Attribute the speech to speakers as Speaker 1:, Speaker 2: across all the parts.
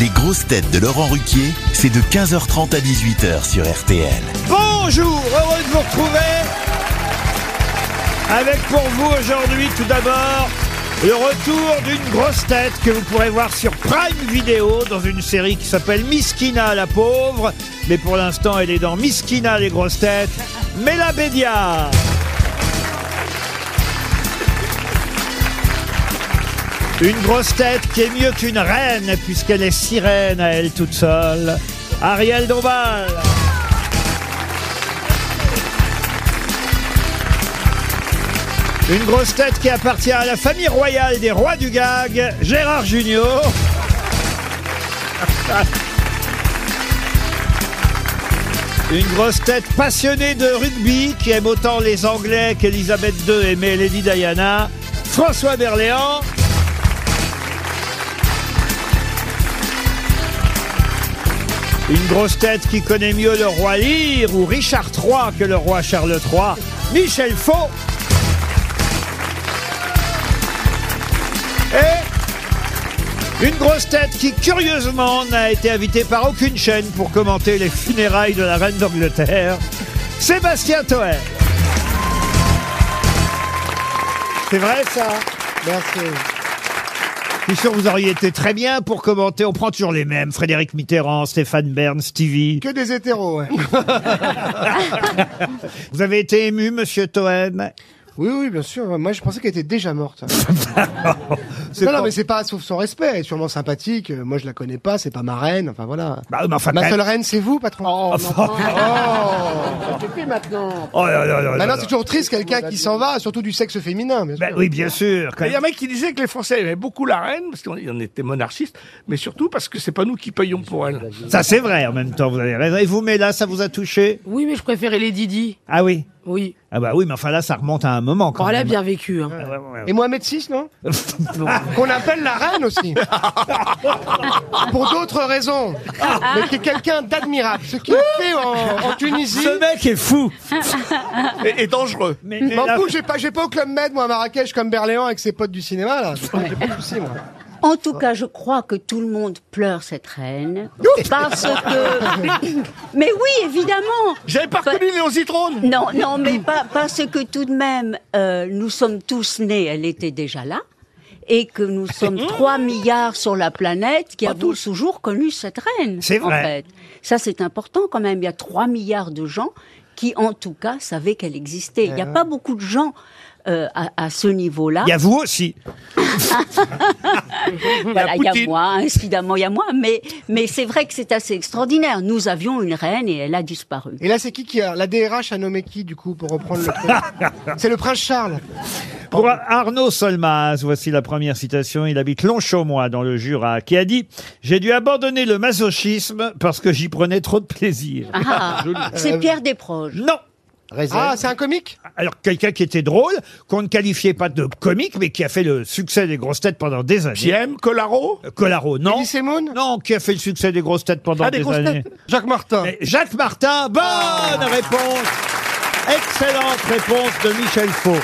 Speaker 1: Les grosses têtes de Laurent Ruquier, c'est de 15h30 à 18h sur RTL.
Speaker 2: Bonjour, heureux de vous retrouver. Avec pour vous aujourd'hui tout d'abord le retour d'une grosse tête que vous pourrez voir sur Prime Video dans une série qui s'appelle Miskina la pauvre. Mais pour l'instant, elle est dans Miskina les grosses têtes. Mela Bédia. Une grosse tête qui est mieux qu'une reine puisqu'elle est sirène à elle toute seule. Ariel Dombal. Une grosse tête qui appartient à la famille royale des rois du gag, Gérard Junior. Une grosse tête passionnée de rugby qui aime autant les Anglais qu'Elisabeth II aimait Lady Diana, François Berléand. Une grosse tête qui connaît mieux le roi Lear ou Richard III que le roi Charles III, Michel Faux. Et une grosse tête qui, curieusement, n'a été invitée par aucune chaîne pour commenter les funérailles de la reine d'Angleterre, Sébastien Toer. C'est vrai ça
Speaker 3: Ben,
Speaker 2: Merci. Je suis sûr que vous auriez été très bien pour commenter. On prend toujours les mêmes. Frédéric Mitterrand, Stéphane Bern, Stevie.
Speaker 3: Que des hétéros, ouais.
Speaker 2: Vous avez été ému, monsieur Bah, Toen
Speaker 3: Oui, oui, bien sûr. Moi, je pensais qu'elle était déjà morte.
Speaker 2: C'est
Speaker 3: non, non,
Speaker 2: pas-
Speaker 3: mais c'est pas sauf son respect. Elle est sûrement sympathique. Euh, Moi, je la connais pas. C'est pas ma reine. Enfin, voilà.
Speaker 2: Bah, mais enfin, quand
Speaker 3: ma
Speaker 2: même.
Speaker 3: seule reine, c'est vous, patron. Oh,
Speaker 2: Oh là là là là là.
Speaker 3: Bah, c'est toujours triste, quelqu'un qui s'en va, surtout du sexe féminin. bien sûr.
Speaker 2: Ben oui, bien sûr. quand
Speaker 4: Il y a un
Speaker 2: même.
Speaker 4: mec qui disait que les Français aimaient beaucoup la reine, parce qu'on on était monarchistes, mais surtout parce que c'est pas nous qui payons pour elle.
Speaker 2: Ça, c'est vrai en même temps, vous avez raison. Et vous, mais là, ça vous a touché
Speaker 5: Oui, mais je préférais les Didi.
Speaker 2: Ah oui
Speaker 5: Oui.
Speaker 2: Ah bah oui, mais enfin là, ça remonte à un moment quand
Speaker 5: Oh, elle a
Speaker 2: même.
Speaker 5: bien vécu. hein.
Speaker 2: Ouais, ouais, ouais.
Speaker 3: Et Mohamed VI, non Qu'on appelle la reine aussi. Pour d'autres raisons. Mais qui est quelqu'un d'admirable. Ce qu'il fait en, en Tunisie.
Speaker 2: Ce mec est fou
Speaker 4: Et, et dangereux.
Speaker 2: mais, mais
Speaker 3: M'en
Speaker 2: là-
Speaker 3: fous, j'ai pas, j'ai pas au Club Med, moi, à Marrakech, comme Berléand, avec ses potes du cinéma, là. J'ai pas- j'ai pas de soucis, moi.
Speaker 6: En tout cas, je crois que tout le monde pleure cette reine. Parce que. Mais oui, évidemment
Speaker 4: J'avais pas reconnu Léon Zitrone
Speaker 6: Non, non, mais pas, parce que tout de même, euh, nous sommes tous nés, elle était déjà là, et que nous sommes 3 milliards sur la planète qui avons toujours connu cette reine.
Speaker 2: C'est vrai.
Speaker 6: En fait. Ça, c'est important quand même. Il y a 3 milliards de gens qui, en tout cas, savaient qu'elle existait. Il n'y a pas beaucoup de gens euh, à, à ce niveau-là.
Speaker 2: Il y a vous aussi.
Speaker 6: Voilà, il y a
Speaker 4: Poutine.
Speaker 6: moi, incidemment, il y a moi, mais, mais c'est vrai que c'est assez extraordinaire. Nous avions une reine et elle a disparu.
Speaker 3: Et là, c'est qui qui a la DRH a nommé qui du coup pour reprendre le truc C'est le prince Charles.
Speaker 2: Pour Arnaud Solmaz, voici la première citation. Il habite Longchaumois, dans le Jura, qui a dit « J'ai dû abandonner le masochisme parce que j'y prenais trop de plaisir.
Speaker 6: Ah,
Speaker 7: Euh,
Speaker 6: c'est Pierre Desproges.
Speaker 2: Non
Speaker 3: Ah, c'est un comique
Speaker 2: Alors quelqu'un qui était drôle, qu'on ne qualifiait pas de comique, mais qui a fait le succès des grosses têtes pendant des années.
Speaker 4: Piem, Colaro
Speaker 8: Eh
Speaker 2: Colaro, non.
Speaker 3: Elie Semoun
Speaker 2: Non, qui a fait le succès des grosses têtes pendant
Speaker 4: Ah, des
Speaker 2: des,
Speaker 4: grosses
Speaker 2: années.
Speaker 3: Jacques Martin.
Speaker 2: Mais Jacques Martin, bonne réponse. Excellente réponse de Michel Faux.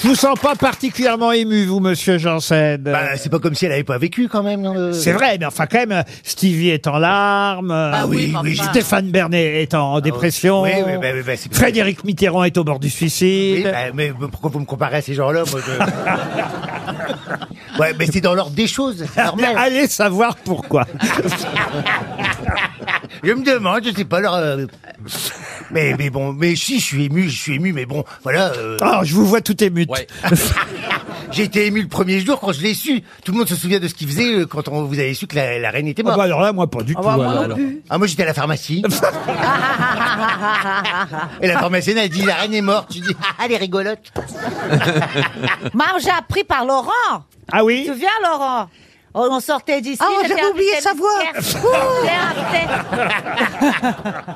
Speaker 2: Je vous sens pas particulièrement ému, vous, monsieur Janssen.
Speaker 8: Bah, c'est pas comme si elle avait pas vécu quand même. euh.
Speaker 2: C'est vrai, mais enfin, quand même, Stevie est en larmes.
Speaker 8: Ah oui, oui, j'étais-
Speaker 2: Stéphane Bernet est en dépression.
Speaker 8: Oui, oui, bah, oui, bah, c'est-
Speaker 2: Frédéric Mitterrand est au bord du
Speaker 8: Oui,
Speaker 2: suicide.
Speaker 8: bah, mais pourquoi vous me comparez à ces gens-là moi, je- Ouais, mais c'est dans l'ordre des choses, c'est normal.
Speaker 2: Allez savoir pourquoi.
Speaker 8: Je me demande, je sais pas leur. euh, Mais, mais bon, mais si, je suis ému, je suis ému, mais bon, voilà. euh,
Speaker 2: Oh, je vous vois tout Ah, ému.
Speaker 8: J'ai été ému le premier jour quand je l'ai su. Tout le monde se souvient de ce qu'il faisait euh, quand on vous avez su que la, la reine était
Speaker 2: Ah
Speaker 8: morte.
Speaker 2: bah alors là, moi, pas du tout.
Speaker 8: Ah, moi j'étais à la pharmacie. Et la pharmacienne a dit la reine est morte. Je dis ah, elle est rigolote.
Speaker 9: Moi, j'ai appris par Laurent.
Speaker 2: Ah
Speaker 9: Tu
Speaker 2: oui
Speaker 9: te souviens, Laurent on, on sortait d'ici.
Speaker 7: Ah, j'avais oublié sa voix.
Speaker 9: voix.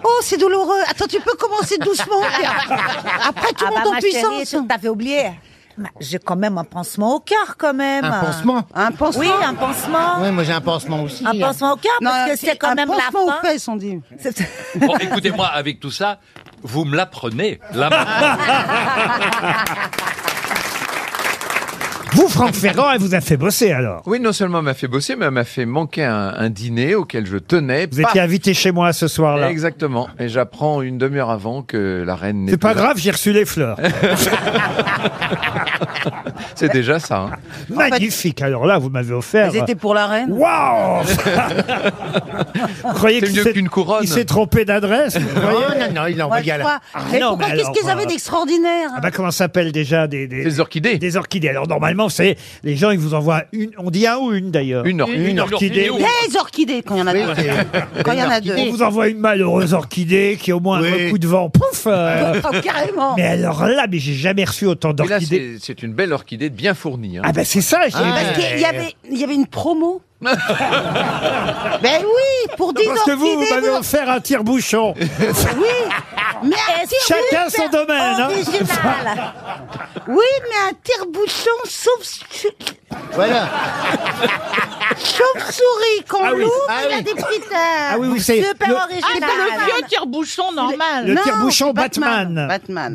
Speaker 7: Oh, c'est douloureux. Attends, tu peux commencer doucement. et Après, tu
Speaker 9: Ah bah,
Speaker 7: montes en
Speaker 9: ma chérie,
Speaker 7: puissance.
Speaker 9: tu t'avais oublié. Mais J'ai quand même un pansement au cœur, quand même.
Speaker 8: Un pansement.
Speaker 7: Un pansement.
Speaker 9: Oui, un pansement.
Speaker 8: Ouais, moi j'ai un pansement aussi.
Speaker 9: Un pansement au cœur,
Speaker 7: Non,
Speaker 9: parce que c'est quand même
Speaker 7: un
Speaker 9: la
Speaker 7: pansement
Speaker 9: fin.
Speaker 7: aux fesses, on dit.
Speaker 9: C'est-
Speaker 10: Bon, écoutez-moi, avec tout ça, vous me l'apprenez. Là,
Speaker 2: Vous, Franck Ferrand, elle vous a fait bosser alors.
Speaker 5: Oui, non seulement elle m'a fait bosser, mais elle m'a fait manquer un, un dîner auquel je tenais.
Speaker 2: Vous étiez invité chez moi ce soir-là.
Speaker 5: Exactement. Et j'apprends une demi-heure avant que la reine n'est
Speaker 2: C'est pas
Speaker 5: plus là.
Speaker 2: grave, j'ai reçu les fleurs.
Speaker 5: C'est déjà ça. hein.
Speaker 2: Magnifique. Alors là, vous m'avez offert.
Speaker 7: Ah,
Speaker 9: Elles étaient pour la reine.
Speaker 2: Waouh Vous croyez
Speaker 5: C'est
Speaker 2: qu'il
Speaker 5: mieux
Speaker 2: s'est-
Speaker 5: qu'une couronne.
Speaker 2: Il s'est trompé d'adresse vous
Speaker 8: Non,
Speaker 2: croyez
Speaker 8: Ah, non, non, il est en
Speaker 9: Moi, je
Speaker 8: régale.
Speaker 9: crois. Mais
Speaker 2: non,
Speaker 9: pourquoi
Speaker 2: mais
Speaker 9: Qu'est-ce
Speaker 2: alors,
Speaker 9: qu'ils avaient
Speaker 2: euh,
Speaker 9: d'extraordinaire
Speaker 2: Ah bah comment s'appelle déjà des, des,
Speaker 5: Les orchidées.
Speaker 2: des orchidées Alors normalement, c'est les gens, ils vous envoient une. On dit un ou une d'ailleurs.
Speaker 5: Une orchidée.
Speaker 2: Une orchidée.
Speaker 10: ou-
Speaker 7: Les orchidées, quand il y en a
Speaker 8: Oui,
Speaker 7: deux.
Speaker 8: c'est-
Speaker 7: Quand il y en a deux.
Speaker 2: On vous envoie une malheureuse orchidée qui au moins
Speaker 8: Oui.
Speaker 2: un coup de vent, pouf euh,
Speaker 9: Oh, carrément.
Speaker 2: Mais alors là, mais j'ai jamais reçu autant
Speaker 5: Et là,
Speaker 2: d'orchidées.
Speaker 5: c'est c'est une belle orchidée bien fournie. hein.
Speaker 2: Ah bah c'est ça. j'ai-
Speaker 7: Parce qu'il y avait, il y avait une promo. ben oui, pour 10
Speaker 2: Parce que vous, vous
Speaker 7: orchidées,
Speaker 2: m'avez offert un tire-bouchon.
Speaker 7: Mais un
Speaker 2: Chacun
Speaker 7: tire-bouchon
Speaker 2: son domaine, hein.
Speaker 7: original. Oui, mais un tire-bouchon sauf,
Speaker 8: Voilà.
Speaker 7: sauf souris qu'on
Speaker 2: Ah oui.
Speaker 7: l'ouvre,
Speaker 8: Ah
Speaker 7: il y a
Speaker 8: oui.
Speaker 7: des petites euh,
Speaker 2: Ah oui, oui, c'est
Speaker 7: super
Speaker 2: le- Ah,
Speaker 7: original.
Speaker 11: tire-bouchon normal.
Speaker 2: Le
Speaker 7: Non,
Speaker 2: tire-bouchon
Speaker 7: c'est
Speaker 2: Batman.
Speaker 7: Batman.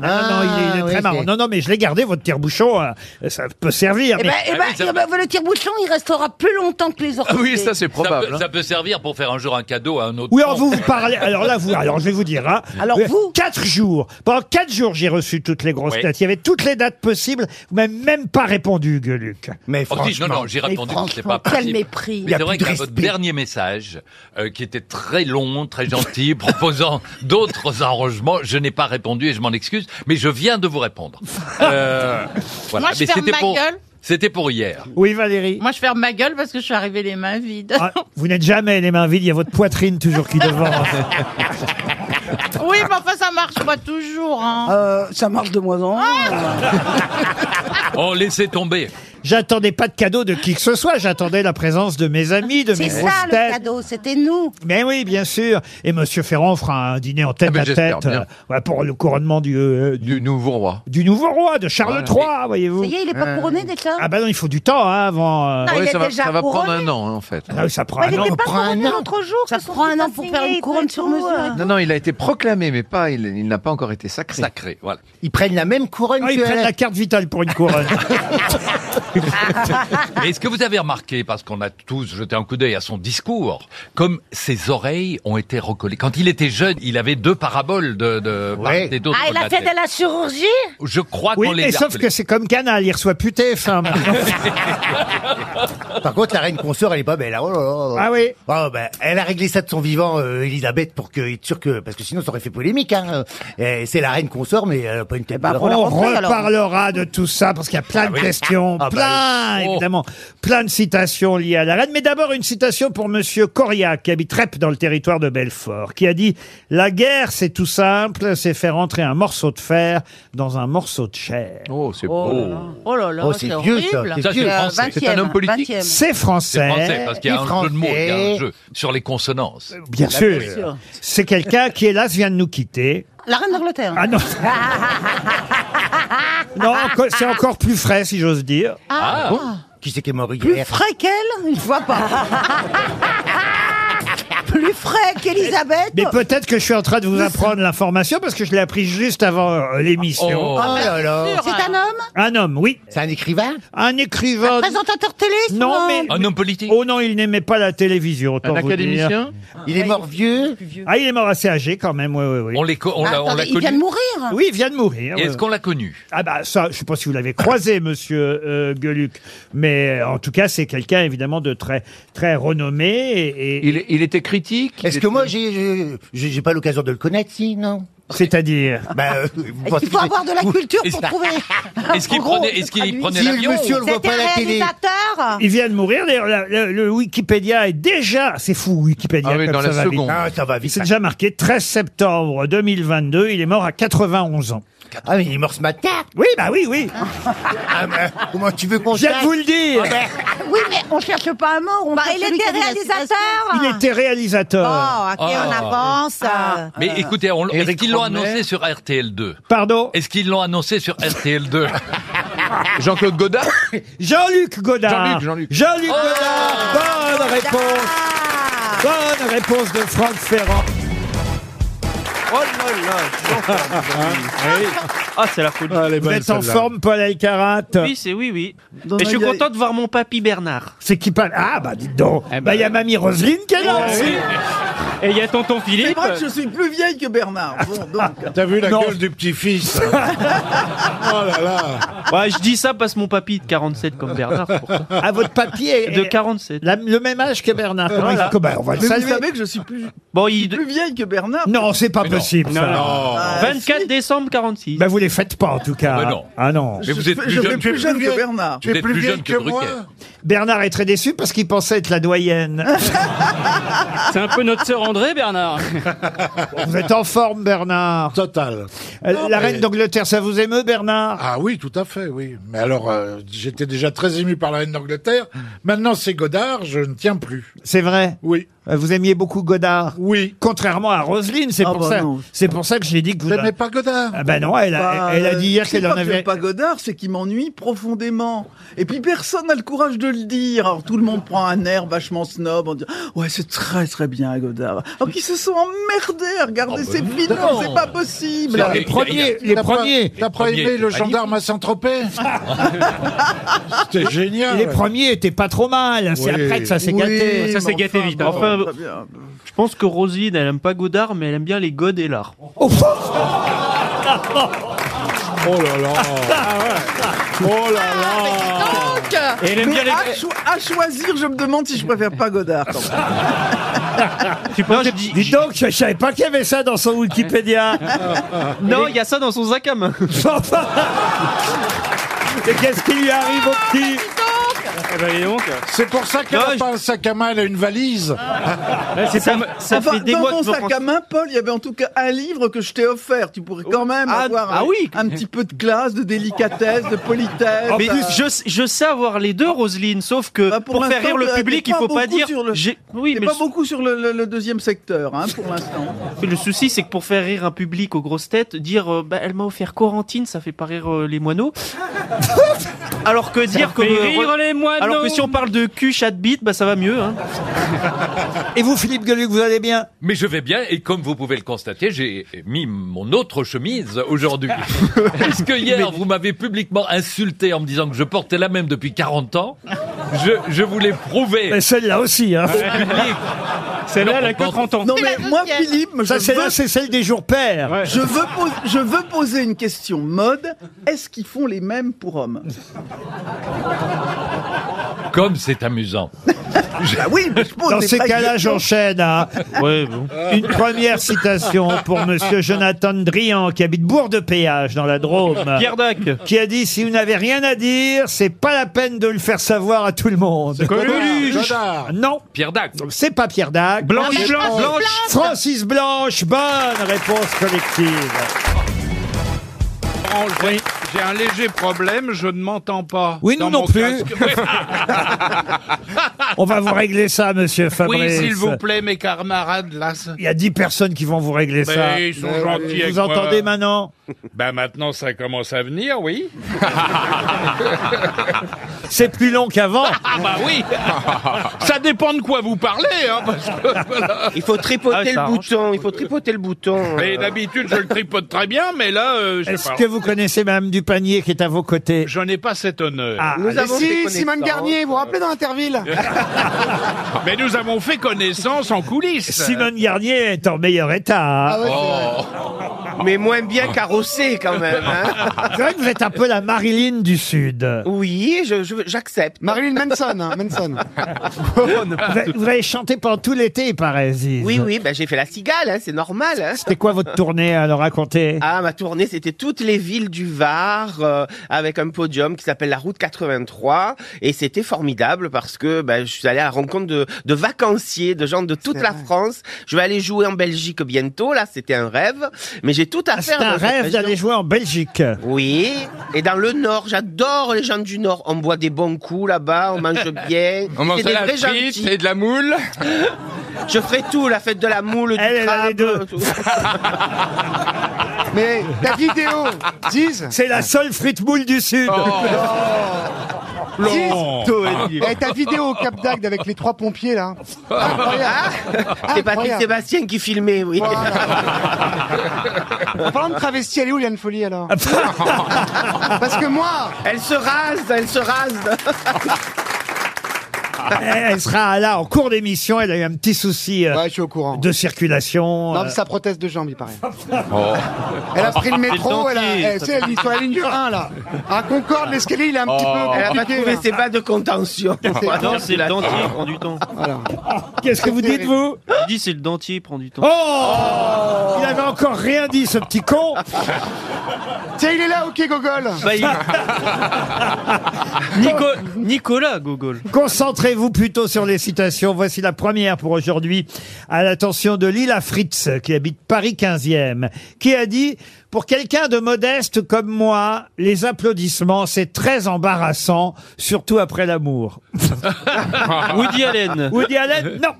Speaker 7: Batman.
Speaker 2: Ah, non, non, il est, il est
Speaker 8: Ah,
Speaker 2: très
Speaker 8: oui,
Speaker 2: marrant.
Speaker 8: c'est-
Speaker 2: Non, non, mais je l'ai gardé, votre tire-bouchon. euh, ça peut servir.
Speaker 7: Eh
Speaker 2: mais-
Speaker 7: ben, eh ben,
Speaker 10: Ah oui, ça
Speaker 7: eh ben, le tire-bouchon, il restera plus longtemps que les orchidées.
Speaker 5: Ah Oui, ça c'est
Speaker 10: Ça
Speaker 5: probable.
Speaker 10: peut,
Speaker 5: hein.
Speaker 10: ça peut servir pour faire un jour un cadeau à un autre.
Speaker 2: Oui,
Speaker 10: temps.
Speaker 2: alors vous, vous parlez. Alors là, vous, alors je vais vous dire. Hein,
Speaker 7: Alors
Speaker 2: Euh,
Speaker 7: vous
Speaker 2: Quatre jours. Pendant quatre jours, j'ai reçu toutes les grosses
Speaker 10: Oui.
Speaker 2: têtes. Il y avait toutes les dates possibles. Vous m'avez même pas répondu, Gueluc.
Speaker 8: Mais
Speaker 10: Oh, si, non,
Speaker 8: franchement,
Speaker 10: non, j'ai
Speaker 7: Mais
Speaker 10: répondu, c'est
Speaker 7: franchement,
Speaker 10: pas
Speaker 7: quel
Speaker 10: possible.
Speaker 7: mépris.
Speaker 10: Mais
Speaker 8: y a
Speaker 10: c'est vrai
Speaker 8: plus de
Speaker 10: qu'à votre
Speaker 8: respect.
Speaker 10: dernier message, euh, qui était très long, très gentil, proposant d'autres arrangements, je n'ai pas répondu et je m'en excuse, mais je viens de vous répondre. Euh, voilà.
Speaker 11: Moi, je
Speaker 10: mais
Speaker 11: ferme
Speaker 10: c'était
Speaker 11: ma
Speaker 10: pour,
Speaker 11: gueule.
Speaker 10: c'était pour hier.
Speaker 2: Oui, Valérie.
Speaker 11: Moi, je ferme ma gueule parce que je suis arrivée les mains vides.
Speaker 2: Ah, vous n'êtes jamais les mains vides. Il y a votre poitrine toujours qui devant.
Speaker 11: oui, mais enfin, ça marche pas toujours. hein.
Speaker 9: Euh, ça marche de moins en moins.
Speaker 10: On laissait tomber.
Speaker 2: J'attendais pas de cadeau de qui que ce soit. J'attendais la présence de mes amis, de mes
Speaker 7: C'est
Speaker 2: grosses
Speaker 7: ça le
Speaker 2: têtes.
Speaker 7: cadeau, c'était nous.
Speaker 2: Mais oui, bien sûr. Et Monsieur Ferrand fera un dîner en tête
Speaker 5: Ah ben,
Speaker 2: à
Speaker 5: j'espère
Speaker 2: tête
Speaker 5: bien.
Speaker 2: euh, voilà, pour le couronnement du, euh, du
Speaker 5: hein. Du nouveau roi.
Speaker 2: du nouveau roi de Charles III,
Speaker 7: Ça
Speaker 2: voyez-vous.
Speaker 7: y est, il est
Speaker 6: Euh,
Speaker 7: pas couronné déjà
Speaker 2: Ah bah non, il faut du temps hein, avant. euh,
Speaker 7: Ah, il
Speaker 5: Ouais,
Speaker 7: est
Speaker 5: ça va,
Speaker 7: déjà
Speaker 5: ça va prendre
Speaker 7: couronné.
Speaker 5: un an hein, en fait.
Speaker 2: Ah oui, ça prend
Speaker 7: Bah,
Speaker 2: un
Speaker 7: il
Speaker 2: an.
Speaker 7: n'était pas
Speaker 8: prend un
Speaker 7: couronné
Speaker 8: an.
Speaker 7: l'autre jour.
Speaker 9: Ça
Speaker 7: son
Speaker 9: prend un
Speaker 7: petit
Speaker 9: an pour
Speaker 7: passé
Speaker 9: faire une
Speaker 7: et
Speaker 9: couronne
Speaker 7: tout,
Speaker 9: sur mesure et
Speaker 7: euh.
Speaker 5: Non, non, il a été proclamé, mais pas, il, il n'a pas encore été sacré.
Speaker 10: Sacré, voilà.
Speaker 8: Ils prennent la même couronne
Speaker 2: Ah, ils
Speaker 8: que
Speaker 2: prennent
Speaker 8: la-
Speaker 2: la carte vitale pour une couronne.
Speaker 10: Mais est-ce que vous avez remarqué, parce qu'on a tous jeté un coup d'œil à son discours, comme ses oreilles ont été recollées. Quand il était jeune, il avait deux paraboles de, de part
Speaker 8: Ouais.
Speaker 10: et d'autre
Speaker 7: Ah, il
Speaker 10: de
Speaker 7: a
Speaker 10: la
Speaker 7: fait
Speaker 10: tête.
Speaker 7: de la chirurgie
Speaker 10: Je crois
Speaker 2: oui,
Speaker 10: qu'on les
Speaker 2: et sauf que c'est comme Canal, il reçoit plus TF1 maintenant.
Speaker 8: Par contre, la reine consort, elle est pas belle. hein. Oh là là là.
Speaker 2: Ah oui.
Speaker 8: Oh, bah, elle a réglé ça de son vivant, euh, Elisabeth, pour que être sûr que parce que sinon ça aurait fait polémique. Hein. Et C'est la reine consort, mais elle a pas une
Speaker 7: Eh ben,
Speaker 8: tête. de-
Speaker 2: On reparlera de tout ça parce qu'il y a plein de questions,
Speaker 8: Ah bah
Speaker 2: plein
Speaker 10: oui. Oh.
Speaker 2: évidemment, plein de citations liées à la reine. Mais d'abord une citation pour Monsieur Coria qui habite Rep dans le territoire de Belfort, qui a dit la guerre c'est tout simple, c'est faire entrer un morceau de fer dans un morceau de chair.
Speaker 5: Oh, c'est beau.
Speaker 10: Ah.
Speaker 11: Oh là là,
Speaker 8: Oh,
Speaker 11: c'est
Speaker 8: c'est vieux, ça.
Speaker 11: horrible. Euh,
Speaker 8: C'est
Speaker 10: Ça, c'est
Speaker 8: vieux.
Speaker 10: français.
Speaker 5: C'est un homme politique.
Speaker 2: C'est
Speaker 10: C'est
Speaker 2: français.
Speaker 10: français, parce qu'il y a
Speaker 8: les
Speaker 10: un jeu de mots, il y a un
Speaker 8: Français.
Speaker 10: jeu sur les consonances.
Speaker 2: Bien sûr. C'est quelqu'un qui, hélas, vient de nous quitter.
Speaker 7: La reine d'Angleterre.
Speaker 2: Ah non. non, enco- c'est encore plus frais, si j'ose dire.
Speaker 10: Ah,
Speaker 8: Qui c'est qui est mort
Speaker 9: Plus
Speaker 8: hier
Speaker 9: frais qu'elle Une fois pas. Plus frais qu'Elisabeth
Speaker 6: Oh.
Speaker 2: Mais peut-être que je suis en train de vous apprendre l'information parce que je l'ai appris juste avant euh, l'émission.
Speaker 8: Oh là là.
Speaker 7: C'est
Speaker 11: hein.
Speaker 7: un homme
Speaker 2: Un homme, oui.
Speaker 8: C'est un écrivain
Speaker 2: Un écrivain.
Speaker 7: Présentateur télé c'est
Speaker 2: Non,
Speaker 7: un-
Speaker 2: mais.
Speaker 10: un homme politique.
Speaker 2: Oh non, il n'aimait pas la télévision, autant
Speaker 5: Un
Speaker 2: vous dire.
Speaker 5: académicien
Speaker 8: Il est mort vieux
Speaker 2: Ah, il est mort assez âgé quand même, oui, oui,
Speaker 10: On
Speaker 2: oui.
Speaker 10: les co-
Speaker 6: Ah,
Speaker 10: on l'a on
Speaker 7: Ah, Attendez,
Speaker 10: l'a
Speaker 7: il vient de
Speaker 10: connu.
Speaker 7: mourir.
Speaker 2: Oui, il vient de mourir.
Speaker 10: Et
Speaker 2: oui.
Speaker 10: Est-ce qu'on l'a connu
Speaker 2: Ah bah ça, je sais pas si vous l'avez croisé, monsieur euh, Gueluc, mais euh, en tout cas, c'est quelqu'un évidemment de très très renommé et, et-
Speaker 5: il, il était critique il
Speaker 8: Est-ce que
Speaker 5: était-
Speaker 8: moi j'ai je- j'ai j'ai pas l'occasion de le connaître si non
Speaker 2: c'est-à-dire.
Speaker 8: Bah, euh, vous pensez
Speaker 7: Il faut
Speaker 8: que-
Speaker 7: avoir de la culture
Speaker 10: Et
Speaker 7: pour
Speaker 10: ça-
Speaker 7: trouver.
Speaker 10: Est-ce qu'il
Speaker 7: En gros,
Speaker 10: prenait, est-ce
Speaker 7: c'est
Speaker 10: qu'il
Speaker 7: traduit.
Speaker 10: prenait
Speaker 8: Si le
Speaker 10: l'avion
Speaker 8: monsieur le voit
Speaker 7: C'était
Speaker 8: pas à la télé.
Speaker 7: réalisateur.
Speaker 2: Il vient de mourir. D'ailleurs, la- le, le Wikipédia est déjà, c'est fou Wikipédia
Speaker 5: Ah oui,
Speaker 2: comme
Speaker 5: dans
Speaker 2: ça
Speaker 5: la
Speaker 2: va vite.
Speaker 5: seconde.
Speaker 8: Ah, ça va vite.
Speaker 2: C'est déjà marqué 13 septembre 2022. Il est mort à 91 ans.
Speaker 8: Ah, mais il est mort ce matin.
Speaker 2: Oui, bah oui, oui.
Speaker 8: Ah, mais, comment tu veux qu'on
Speaker 2: Je viens de
Speaker 8: sache
Speaker 2: vous le dire.
Speaker 7: Oui, mais on cherche pas un mort. On
Speaker 6: Ah,
Speaker 9: Bah,
Speaker 7: cherche
Speaker 9: il
Speaker 7: celui qui
Speaker 9: était
Speaker 7: a dit la
Speaker 9: réalisateur
Speaker 2: Il était réalisateur.
Speaker 9: Oh, ok,
Speaker 10: Ah.
Speaker 9: on avance. euh.
Speaker 10: Mais écoutez, on- est-ce
Speaker 5: Eric
Speaker 10: qu'ils l'ont
Speaker 5: Romer.
Speaker 10: annoncé sur RTL2
Speaker 2: Pardon.
Speaker 10: Est-ce qu'ils l'ont annoncé sur RTL2
Speaker 5: Jean-Claude Godard
Speaker 2: Jean-Luc Godard.
Speaker 5: Jean-Luc, Jean-Luc.
Speaker 2: Godard. Bonne réponse. Bonne réponse de Franck Ferrand.
Speaker 5: Oh là là
Speaker 12: Ah, c'est la folie.
Speaker 2: Vous êtes en forme, Paul Alcarat
Speaker 12: Oui, c'est oui, oui.
Speaker 2: Dans
Speaker 12: Et je suis
Speaker 2: la-
Speaker 12: content de voir mon papy Bernard.
Speaker 2: C'est qui parle Ah, bah dites donc Bah, Il y a mamie Roselyne qui est là
Speaker 12: Ouais,
Speaker 2: aussi.
Speaker 12: oui. Et il y a tonton Philippe.
Speaker 13: C'est vrai que je suis plus vieille que Bernard. Bon, donc.
Speaker 12: T'as vu la gueule
Speaker 14: du petit-fils Oh là là
Speaker 12: Ouais, je dis ça parce que mon papy est de 47 comme Bernard. c'est pour ça.
Speaker 2: Ah, votre papy est
Speaker 12: De 47.
Speaker 2: la- le même âge que Bernard. Comment
Speaker 12: Voilà.
Speaker 2: il- comment- on va le
Speaker 13: Mais vous
Speaker 2: saluer.
Speaker 13: savez que je suis plus,
Speaker 12: Bon,
Speaker 13: je suis plus vieille que Bernard. Ah,
Speaker 2: Non, c'est pas possible.
Speaker 12: Non,
Speaker 2: ça.
Speaker 12: non. 24 décembre 46.
Speaker 2: Bah vous les faites pas en tout cas.
Speaker 12: Bah non.
Speaker 2: Ah non.
Speaker 12: Mais vous êtes plus Je jeune- fais plus jeune que Bernard.
Speaker 2: Tu es
Speaker 12: Vous êtes plus jeune que Drucker.
Speaker 2: Bernard est très déçu parce qu'il pensait être la doyenne.
Speaker 12: C'est un peu notre sœur André, Bernard.
Speaker 2: vous êtes en forme Bernard. Euh,
Speaker 14: Total.
Speaker 2: La reine d'Angleterre, ça vous émeut Bernard
Speaker 14: Ah oui, tout à fait, oui. Mais alors, euh, j'étais déjà très ému par la reine d'Angleterre.
Speaker 2: Hmm.
Speaker 14: Maintenant, c'est Godard, je ne tiens plus.
Speaker 2: C'est vrai Euh,
Speaker 14: Oui.
Speaker 2: Vous aimiez beaucoup Godard
Speaker 14: Oui.
Speaker 2: Contrairement à Roselyne, c'est
Speaker 13: Ah
Speaker 2: pour
Speaker 13: bah
Speaker 2: ça.
Speaker 13: non.
Speaker 2: C'est pour ça que j'ai dit que vous.
Speaker 14: Vous n'aimez pas Godard
Speaker 2: Ah bah non, elle a,
Speaker 13: Bah,
Speaker 2: elle
Speaker 14: euh,
Speaker 2: a dit hier
Speaker 13: c'est pas
Speaker 2: qu'elle en
Speaker 13: que j'aime
Speaker 2: avait.
Speaker 13: pas Godard, c'est qu'il m'ennuie profondément. Et puis personne n'a le courage de le dire. Alors tout le monde prend un air vachement snob en disant Ouais, c'est très très bien Godard. Alors qu'ils se sont emmerdés à regarder
Speaker 14: bah
Speaker 13: ces
Speaker 14: non.
Speaker 13: films,
Speaker 14: Non.
Speaker 13: c'est pas possible.
Speaker 14: Les premiers, les premiers. T'as pas
Speaker 2: premiers
Speaker 14: aimé
Speaker 2: étaient
Speaker 14: le
Speaker 2: magnifiques.
Speaker 14: gendarme à Saint-Tropez C'était génial.
Speaker 2: Les premiers étaient pas trop mal. C'est
Speaker 14: Ah, Oui.
Speaker 2: après que ça s'est
Speaker 14: Oui,
Speaker 2: gâté.
Speaker 12: Ça s'est gâté vite. hein. Enfin, je pense que Rosine, elle aime pas Godard, mais elle aime bien les godes et l'art.
Speaker 14: Oh là là
Speaker 2: Ah,
Speaker 14: Oh là là
Speaker 12: Et elle aime
Speaker 13: Mais
Speaker 12: bien les-
Speaker 13: à, cho- à choisir, je me demande si je préfère pas Godard. quand même.
Speaker 2: Dis donc, je savais pas qu'il y avait ça dans son Wikipédia.
Speaker 12: Non, il y a ça dans son sac à main.
Speaker 2: Et qu'est-ce qui lui arrive au petit
Speaker 12: Eh ben,
Speaker 14: C'est pour ça qu'elle
Speaker 12: Non,
Speaker 14: n'a
Speaker 12: je-
Speaker 14: pas un sac à main, elle a une valise.
Speaker 12: ça, ça
Speaker 13: Enfin,
Speaker 12: fait des
Speaker 13: dans
Speaker 12: mois
Speaker 13: mon
Speaker 12: que je me
Speaker 13: sac à main, Paul, il y avait en tout cas un livre que je t'ai offert. Tu pourrais quand même
Speaker 12: Ah,
Speaker 13: avoir
Speaker 12: ah
Speaker 13: un,
Speaker 12: oui. Oh,
Speaker 13: un petit peu de classe, de délicatesse, de politesse.
Speaker 12: Mais
Speaker 13: Euh,
Speaker 12: je, je sais avoir les deux, Roselyne, sauf que pour, faire
Speaker 13: Bah, l'instant,
Speaker 12: rire le
Speaker 13: t'es
Speaker 12: public, il faut pas
Speaker 13: beaucoup
Speaker 12: dire.
Speaker 13: sur le-
Speaker 12: j'ai- Oui,
Speaker 13: t'es
Speaker 12: mais
Speaker 13: pas
Speaker 12: le-
Speaker 13: beaucoup sur le, le- le deuxième secteur, hein, pour l'instant.
Speaker 12: le souci, c'est que pour faire rire un public aux grosses têtes, dire euh, bah, elle m'a offert Corentine, ça fait pas rire euh, les moineaux. alors que dire que. euh,
Speaker 2: fait rire les moineaux.
Speaker 12: Alors que si on parle de cul, chat de bite, bah, ça va mieux. hein.
Speaker 2: Et vous, Philippe Gueluc, vous allez bien
Speaker 10: Mais je vais bien et comme vous pouvez le constater, j'ai mis mon autre chemise aujourd'hui. Puisque hier, vous m'avez publiquement insulté en me disant que je portais la même depuis 40 ans. Je, je voulais prouver.
Speaker 2: Mais celle-là aussi, hein.
Speaker 12: Celle-là, elle a que 30 ans.
Speaker 13: Non, mais moi, Philippe,
Speaker 2: Ça,
Speaker 13: je
Speaker 2: c'est là,
Speaker 13: veux,
Speaker 2: c'est celle des jours pairs.
Speaker 13: je, veux pos- je veux poser une question mode. Est-ce qu'ils font les mêmes pour hommes
Speaker 10: Comme c'est amusant.
Speaker 13: Bah oui, mais je pose
Speaker 2: Dans
Speaker 13: des
Speaker 2: ces
Speaker 13: vraies
Speaker 2: cas-là,
Speaker 13: questions.
Speaker 2: j'enchaîne à une première citation pour Monsieur Jonathan Drian, qui habite Bourg-de-Péage, dans la Drôme.
Speaker 12: Pierre Dac.
Speaker 2: Qui a dit, si vous n'avez rien à dire, c'est pas la peine de le faire savoir à tout le monde.
Speaker 14: Coluche.
Speaker 2: Non,
Speaker 10: Pierre Dac.
Speaker 2: c'est pas Pierre Dac.
Speaker 12: Blanche,
Speaker 2: Francis
Speaker 12: Blanche, Blanche.
Speaker 2: Francis Blanche, bonne réponse collective.
Speaker 4: Laurent, j'ai- J'ai un léger problème, je ne m'entends pas.
Speaker 2: Oui, nous
Speaker 4: Dans
Speaker 2: non
Speaker 4: mon
Speaker 2: plus.
Speaker 4: casque. Oui.
Speaker 2: On va vous régler ça, Monsieur Fabrice.
Speaker 4: Oui, s'il vous plaît, mes camarades, là. ça-
Speaker 2: Il y a 10 personnes qui vont vous régler
Speaker 4: Mais
Speaker 2: ça. euh,
Speaker 4: ils sont gentils avec
Speaker 2: Vous entendez
Speaker 4: moi.
Speaker 2: maintenant
Speaker 4: Ben maintenant, ça commence à venir, oui.
Speaker 2: C'est plus long qu'avant.
Speaker 4: Ah bah oui Ça dépend de quoi vous parlez, hein, parce que voilà.
Speaker 15: Il faut tripoter
Speaker 12: Ah, ça
Speaker 15: le
Speaker 12: arrange.
Speaker 15: bouton, il faut tripoter le bouton.
Speaker 4: Et
Speaker 15: Euh,
Speaker 4: d'habitude, je le tripote très bien, mais là, euh, je sais
Speaker 2: Est-ce
Speaker 4: pas.
Speaker 2: que vous connaissez Madame Dupanier qui est à vos côtés
Speaker 4: J'en ai pas cet honneur.
Speaker 2: Ah,
Speaker 3: Nous avons
Speaker 15: des
Speaker 3: si,
Speaker 15: connaissances.
Speaker 3: Simone Garnier, vous vous rappelez dans Interville
Speaker 4: Mais nous avons fait connaissance en coulisses.
Speaker 2: Simone Garnier est en meilleur état.
Speaker 15: Ah
Speaker 3: Ah
Speaker 2: hein.
Speaker 12: Oh.
Speaker 15: Mais moins bien carrossé quand même. hein.
Speaker 2: C'est vrai que vous êtes un peu la Marilyn du Sud.
Speaker 15: Ah, Oui, je- je- j'accepte.
Speaker 3: Marilyn Manson, hein, Manson.
Speaker 2: Vous avez, vous avez chanté pendant tout l'été, il paraît, Ziz.
Speaker 15: Oui, oui, ben j'ai fait la cigale, hein, c'est normal. hein.
Speaker 2: C'était quoi votre tournée à leur raconter
Speaker 15: Ah, ma tournée, c'était toutes les villes du Var euh, avec un podium qui s'appelle la Route 83. Et c'était formidable parce que ben, je suis allé à la rencontre de, de vacanciers, de gens de toute la France. Je vais aller jouer en Belgique bientôt, là, c'était un rêve. Mais j'ai tout à
Speaker 2: Ah, C'est
Speaker 15: faire.
Speaker 2: un
Speaker 15: dans cette
Speaker 2: rêve
Speaker 15: région.
Speaker 2: d'aller jouer en Belgique.
Speaker 15: Oui, et dans le Nord, j'adore les gens du Nord. On boit des bons coups là-bas, on mange bien.
Speaker 5: On mange
Speaker 15: C'est
Speaker 5: de
Speaker 15: des
Speaker 5: la
Speaker 15: vrais
Speaker 5: frite
Speaker 15: gentils.
Speaker 5: et de la moule.
Speaker 15: Je ferai tout, la fête de la
Speaker 12: Eh
Speaker 15: moule, du
Speaker 2: Elle, elle a les
Speaker 15: crabe,
Speaker 2: deux.
Speaker 15: tout.
Speaker 3: Mais ta vidéo, Ziz,
Speaker 15: Oh.
Speaker 2: C'est la seule frite moule du Sud.
Speaker 3: Laurent. Et Eh, ta vidéo au Cap d'Agde avec les trois pompiers, là. Incroyable.
Speaker 15: C'est Patrick
Speaker 3: Incroyable.
Speaker 15: Sébastien qui filmait, oui.
Speaker 3: En parlant de travesti, elle est où, Liane Folie, alors Parce que moi...
Speaker 15: Elle se rase, elle se rase.
Speaker 2: Elle sera là en cours d'émission. Elle a eu un petit souci euh, de circulation.
Speaker 3: Non,
Speaker 2: euh,
Speaker 3: mais sa prothèse de jambe, il paraît.
Speaker 2: Oh.
Speaker 3: Elle a pris
Speaker 2: Ah,
Speaker 3: le métro, elle, a, elle, tu sais, elle est sur la ligne 1, là. À Concorde, l'escalier, il est un petit
Speaker 15: Oh. Elle
Speaker 3: peu
Speaker 15: a pas
Speaker 3: compliqué,
Speaker 4: hein.
Speaker 15: trouvé
Speaker 3: là.
Speaker 15: ses bas de contention.
Speaker 4: Ah
Speaker 12: Non, c'est le dentier qui prend du temps.
Speaker 2: Qu'est-ce que vous dites, vous
Speaker 12: Je ben, dis c'est le dentier qui prend du temps.
Speaker 2: Oh, Il avait encore rien dit, ce petit con
Speaker 3: Tiens, il est là, ok, Gogol
Speaker 12: Bah, il- Nico- Nicolas Gogol.
Speaker 2: Concentrez-vous plutôt sur les citations. Voici la première pour aujourd'hui, à l'attention de Lila Fritz, qui habite Paris 15e, qui a dit « Pour quelqu'un de modeste comme moi, les applaudissements, c'est très embarrassant, surtout après l'amour.
Speaker 12: Woody Allen. »
Speaker 2: Woody Allen, non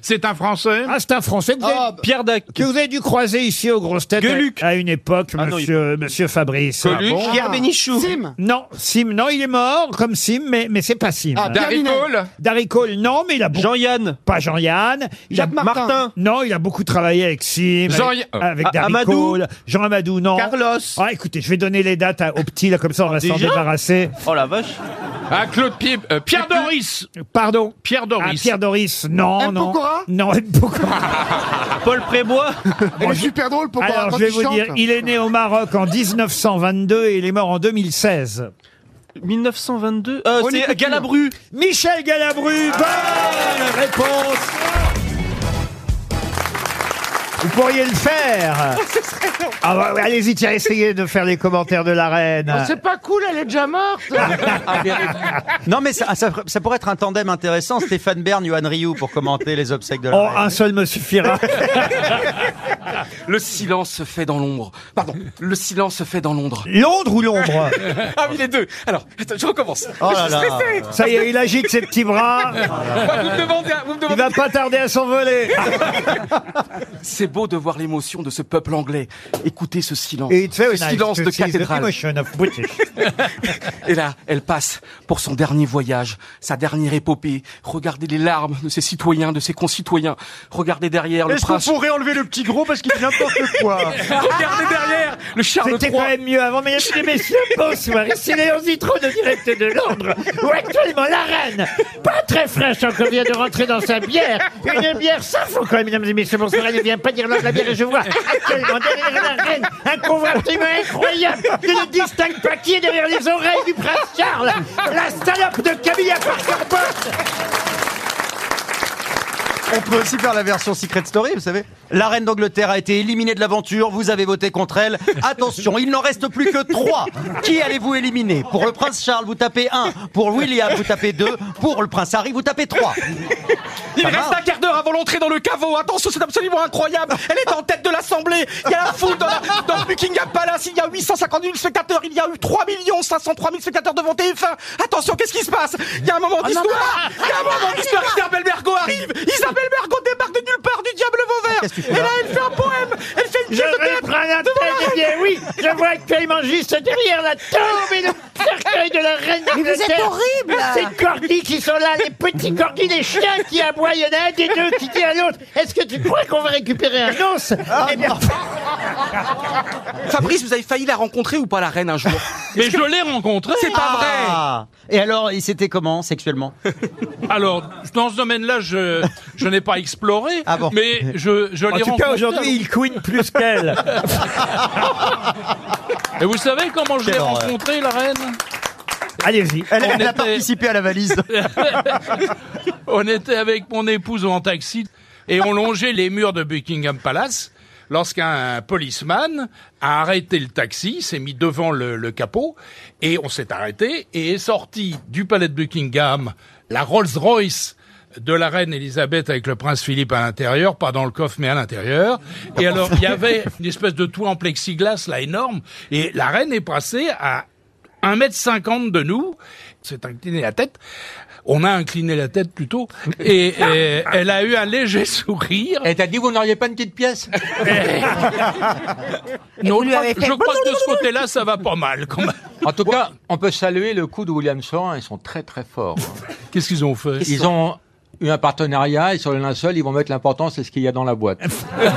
Speaker 14: C'est un Français
Speaker 2: Ah, c'est un Français que vous avez-
Speaker 12: Pierre Dac.
Speaker 2: que vous avez dû croiser ici au Grosses Têtes
Speaker 12: Gueuluc.
Speaker 2: à une époque,
Speaker 12: Ah non,
Speaker 2: monsieur, monsieur Fabrice.
Speaker 4: Ah
Speaker 12: Coluche.
Speaker 3: Pierre Bénichou.
Speaker 2: Sim. Non, Sim, non, il est mort comme Sim, mais, mais c'est pas Sim.
Speaker 10: ben.
Speaker 3: Ah, Pierre Darry Vinet. Cole.
Speaker 2: Darry Cole, non, mais il a beaucoup...
Speaker 12: Jean-Yann.
Speaker 2: Pas Jean-Yann. Il a-
Speaker 3: Jacques Martin. Martin.
Speaker 2: Non, il a beaucoup travaillé avec Sim.
Speaker 3: Jean-
Speaker 2: avec, avec
Speaker 12: Ah,
Speaker 2: Darry
Speaker 12: Amadou.
Speaker 2: Cole. Jean Amadou, non. Carlos.
Speaker 12: Oh,
Speaker 2: Ah, écoutez, je vais donner les dates à- aux petits, là, comme ça, on va s'en
Speaker 12: Déjà
Speaker 2: débarrasser.
Speaker 12: Oh la vache.
Speaker 4: Ah, Claude Pied, euh, Pierre Doris.
Speaker 2: Pardon
Speaker 4: Pierre
Speaker 2: Ah,
Speaker 4: Doris.
Speaker 2: Pierre Doris, non,
Speaker 3: M.
Speaker 2: non.
Speaker 3: Pokora
Speaker 2: Non, M. Pokora.
Speaker 12: Paul Prébois.
Speaker 3: Elle est super drôle, pour
Speaker 2: Alors, je vais vous dire, il est né au Maroc en 1922 et il est mort en 2016.
Speaker 12: 1922. Euh, c'est Galabru.
Speaker 2: Michel Galabru, bonne réponse Vous pourriez le faire Ah bah, ouais, Allez-y, tiens, essayez de faire les commentaires de la reine.
Speaker 3: C'est pas cool, elle est déjà morte
Speaker 16: Non, mais ça, ça- ça pourrait être un tandem intéressant, Stéphane Bern, Yohan Ryu, pour commenter les obsèques de la
Speaker 2: Oh,
Speaker 16: reine.
Speaker 2: un seul me suffira.
Speaker 17: Le silence se fait dans l'ombre. Pardon, le silence se fait dans Londres.
Speaker 2: Londres ou l'ombre
Speaker 17: Ah oui, les deux. Alors, attends, je recommence.
Speaker 2: Oh
Speaker 17: je
Speaker 2: là
Speaker 17: suis
Speaker 2: là.
Speaker 17: stressé.
Speaker 2: Ça y est, il agite ses petits bras.
Speaker 17: Vous me demandez, un- vous me
Speaker 2: Il
Speaker 17: demandez.
Speaker 2: va pas tarder à s'envoler.
Speaker 17: C'est beau de voir l'émotion de ce peuple anglais. Écoutez ce silence.
Speaker 2: Et it's very
Speaker 17: Ce
Speaker 2: nice
Speaker 17: silence
Speaker 2: to
Speaker 17: de
Speaker 2: see the
Speaker 17: cathédrale.
Speaker 2: emotion of British.
Speaker 17: Et là, elle passe pour son dernier voyage, sa dernière épopée. Regardez les larmes de ses citoyens, de ses concitoyens. Regardez derrière le
Speaker 18: Est-ce qu'on
Speaker 17: prince.
Speaker 18: pourrait enlever le petit gros parce qu'il dit n'importe quoi
Speaker 17: Regardez derrière le Charles III.
Speaker 2: C'était quand même mieux avant, mais les messieurs, bonsoir. Ici Léon Zitron de Direct de Londres, où actuellement la reine, pas très fraîche encore, vient de rentrer dans sa bière. Une bière, ça faut quand même, mesdames et messieurs, bonsoir. Elle ne vient pas d'Irlande, la bière, et je vois actuellement derrière la reine un convertiment incroyable qui ne distingue pas qui est derrière les oreilles du prince Charles. La salope de Camilla Parker Bowles.
Speaker 16: On peut aussi faire la version Secret Story, vous savez. La reine d'Angleterre a été éliminée de l'aventure, vous avez voté contre elle. Attention, il n'en reste plus que trois. Qui allez-vous éliminer Pour le prince Charles, vous tapez un. Pour William, vous tapez deux. Pour le prince Harry, vous tapez trois.
Speaker 17: Il reste un quart d'heure avant l'entrée dans le caveau. Attention, c'est absolument incroyable. Elle est en tête de l'Assemblée. Il y a la foule dans, la- dans le Buckingham Palace. Il y a 850 000 spectateurs. Il y a eu 3 503 000 spectateurs devant TF1. Attention, qu'est-ce qui se passe Il y a un
Speaker 16: Ah,
Speaker 17: moment d'histoire. Il y a un moment d'histoire. Isabelle Bergot arrive. Isabelle Bergot débarque de nulle part du diable
Speaker 16: Ah,
Speaker 17: Vauvert. Et là, elle fait un poème. Elle fait une
Speaker 2: Je
Speaker 17: pièce de théâtre.
Speaker 2: reprends la tête, eh bien oui, je vois actuellement juste derrière la tombe et le cercueil de la reine
Speaker 7: Mais vous êtes
Speaker 2: d'Angleterre.
Speaker 7: horrible.
Speaker 2: Ces cordis qui sont là, les petits cordis, les chiens qui aboient, il y en a un des deux qui dit à l'autre, est-ce que tu crois qu'on va récupérer un os Eh bien,
Speaker 17: Fabrice, vous avez failli la rencontrer ou pas, la reine, un jour
Speaker 18: Mais je l'ai rencontré.
Speaker 17: C'est pas
Speaker 16: Ah. Et alors, il s'était comment sexuellement
Speaker 18: Alors, dans ce domaine-là, je, je n'ai pas exploré,
Speaker 16: Ah bon
Speaker 18: mais je, je l'ai rencontré.
Speaker 2: il couine plus qu'elle.
Speaker 18: Et vous savez comment je l'ai
Speaker 16: Quelle horreur.
Speaker 18: rencontré, la reine
Speaker 2: Allez-y.
Speaker 16: Elle,
Speaker 18: On
Speaker 16: elle a
Speaker 18: était-
Speaker 16: participé à la valise.
Speaker 18: On était avec mon épouse en taxi et on longeait les murs de Buckingham Palace lorsqu'un policeman a arrêté le taxi, s'est mis devant le, le capot et on s'est arrêté et est sorti du palais de Buckingham la Rolls-Royce de la reine Elisabeth avec le prince Philippe à l'intérieur, pas dans le coffre mais à l'intérieur.
Speaker 16: Ah
Speaker 18: Et alors il y avait une espèce de toit en plexiglas là énorme et la reine est passée à 1m50 de nous, s'est incliné la tête. On a incliné la tête plutôt et, et elle a eu un léger sourire.
Speaker 19: Eh,
Speaker 16: Elle t'a dit vous n'auriez pas une petite pièce
Speaker 18: Non, je crois, je crois que de ce côté-là ça va pas mal quand même.
Speaker 19: En tout cas, on peut saluer le coup de William Sorin, ils sont très très forts.
Speaker 18: Qu'est-ce qu'ils ont fait
Speaker 19: Ils ont eu un partenariat et sur le linceul, ils vont mettre l'important, c'est ce qu'il y a dans la boîte.
Speaker 16: Mais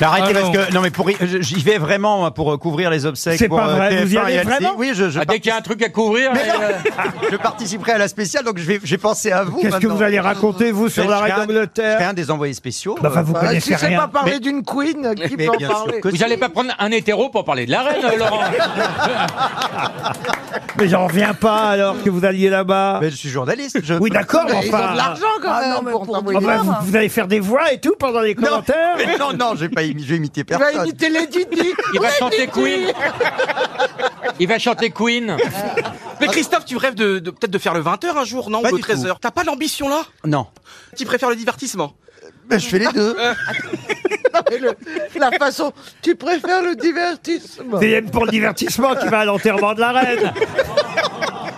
Speaker 16: Bah, Arrêtez parce que non mais pour y- je- j'y vais vraiment moi, pour euh, couvrir les obsèques.
Speaker 19: C'est
Speaker 16: pour,
Speaker 19: pas
Speaker 16: euh,
Speaker 19: vrai, vous y
Speaker 16: TF1 et
Speaker 19: allez
Speaker 16: LCI.
Speaker 19: vraiment
Speaker 16: Oui, je, je
Speaker 19: Ah, dès qu'il y a un truc à couvrir, euh,
Speaker 16: Mais
Speaker 19: et,
Speaker 16: non, je participerai à la spéciale, donc je vais, j'ai pensé à vous.
Speaker 2: Qu'est-ce que
Speaker 16: maintenant.
Speaker 2: vous allez raconter, vous, sur
Speaker 16: Mais
Speaker 2: la
Speaker 16: je serai
Speaker 2: reine
Speaker 16: un-
Speaker 2: d'Angleterre
Speaker 16: Je serai un Ah, des envoyés spéciaux.
Speaker 2: Bah, enfin, vous
Speaker 20: Ah,
Speaker 16: Voilà.
Speaker 2: connaissez rien.
Speaker 19: Mais-
Speaker 20: d'une queen, qui
Speaker 16: Mais
Speaker 20: peut en
Speaker 16: bien sûr
Speaker 20: parler
Speaker 16: que
Speaker 19: Vous n'allez pas prendre un hétéro pour parler de la reine, euh, Laurent
Speaker 2: Mais j'en reviens pas alors que vous alliez là-bas.
Speaker 16: Mais je suis journaliste.
Speaker 2: Oui, d'accord, mais
Speaker 16: Mais ils ont
Speaker 2: enfin.
Speaker 16: de l'argent,
Speaker 20: quand
Speaker 16: Ah,
Speaker 20: même,
Speaker 16: non, mais
Speaker 20: pour
Speaker 16: pour
Speaker 20: t'envoyer
Speaker 2: Ah bah,
Speaker 20: voir.
Speaker 2: vous, vous allez faire des voix et tout pendant les
Speaker 16: Non,
Speaker 2: commentaires
Speaker 16: mais non, non, je vais pas imi- je vais imiter
Speaker 20: Il va
Speaker 16: personne.
Speaker 20: imiter Lady Di.
Speaker 19: Il va
Speaker 20: Lady
Speaker 19: chanter
Speaker 20: Di.
Speaker 19: Queen. Il va chanter Queen.
Speaker 17: Mais Christophe, tu rêves de, de- peut-être de faire le 20h un jour, non
Speaker 16: Pas
Speaker 17: Ou le
Speaker 16: du
Speaker 17: 13h T'as pas l'ambition là
Speaker 16: Non,
Speaker 17: Tu préfères le divertissement
Speaker 16: mais je fais les deux.
Speaker 20: Non, mais le- La façon. Tu préfères le divertissement.
Speaker 2: C'est même pour le divertissement qui va à l'enterrement de la reine.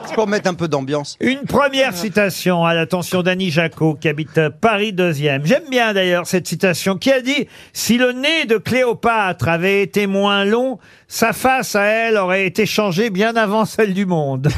Speaker 16: C'est pour mettre un peu d'ambiance.
Speaker 2: Une première citation à l'attention d'Annie Jacot, qui habite Paris 2e. J'aime bien d'ailleurs cette citation qui a dit « Si le nez de Cléopâtre avait été moins long, sa face à elle aurait été changée bien avant celle du monde.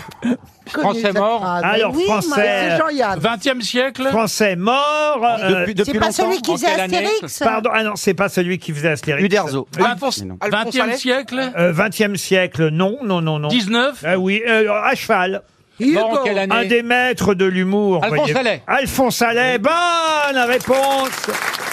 Speaker 19: Français mort.
Speaker 2: Alors, français,
Speaker 20: C'est Jean-Yann.
Speaker 18: 20e siècle »
Speaker 2: Français mort... euh,
Speaker 19: Depuis, depuis
Speaker 7: C'est pas
Speaker 19: longtemps,
Speaker 7: celui qui
Speaker 19: en
Speaker 7: faisait
Speaker 19: quelle année
Speaker 7: Astérix
Speaker 2: Pardon, ah non, c'est pas celui qui faisait Astérix.
Speaker 16: Uderzo.
Speaker 17: Alphonse,
Speaker 16: Mais non.
Speaker 17: Alphonse
Speaker 18: 20e
Speaker 17: Allais
Speaker 18: siècle
Speaker 2: Euh, 20e siècle, non, non, non, non.
Speaker 18: 19
Speaker 2: Ah oui, euh, à cheval.
Speaker 19: Mort en quelle
Speaker 2: Un
Speaker 19: année
Speaker 2: des maîtres de l'humour.
Speaker 19: Alphonse
Speaker 2: voyez.
Speaker 19: Allais.
Speaker 2: Alphonse Allais, bonne réponse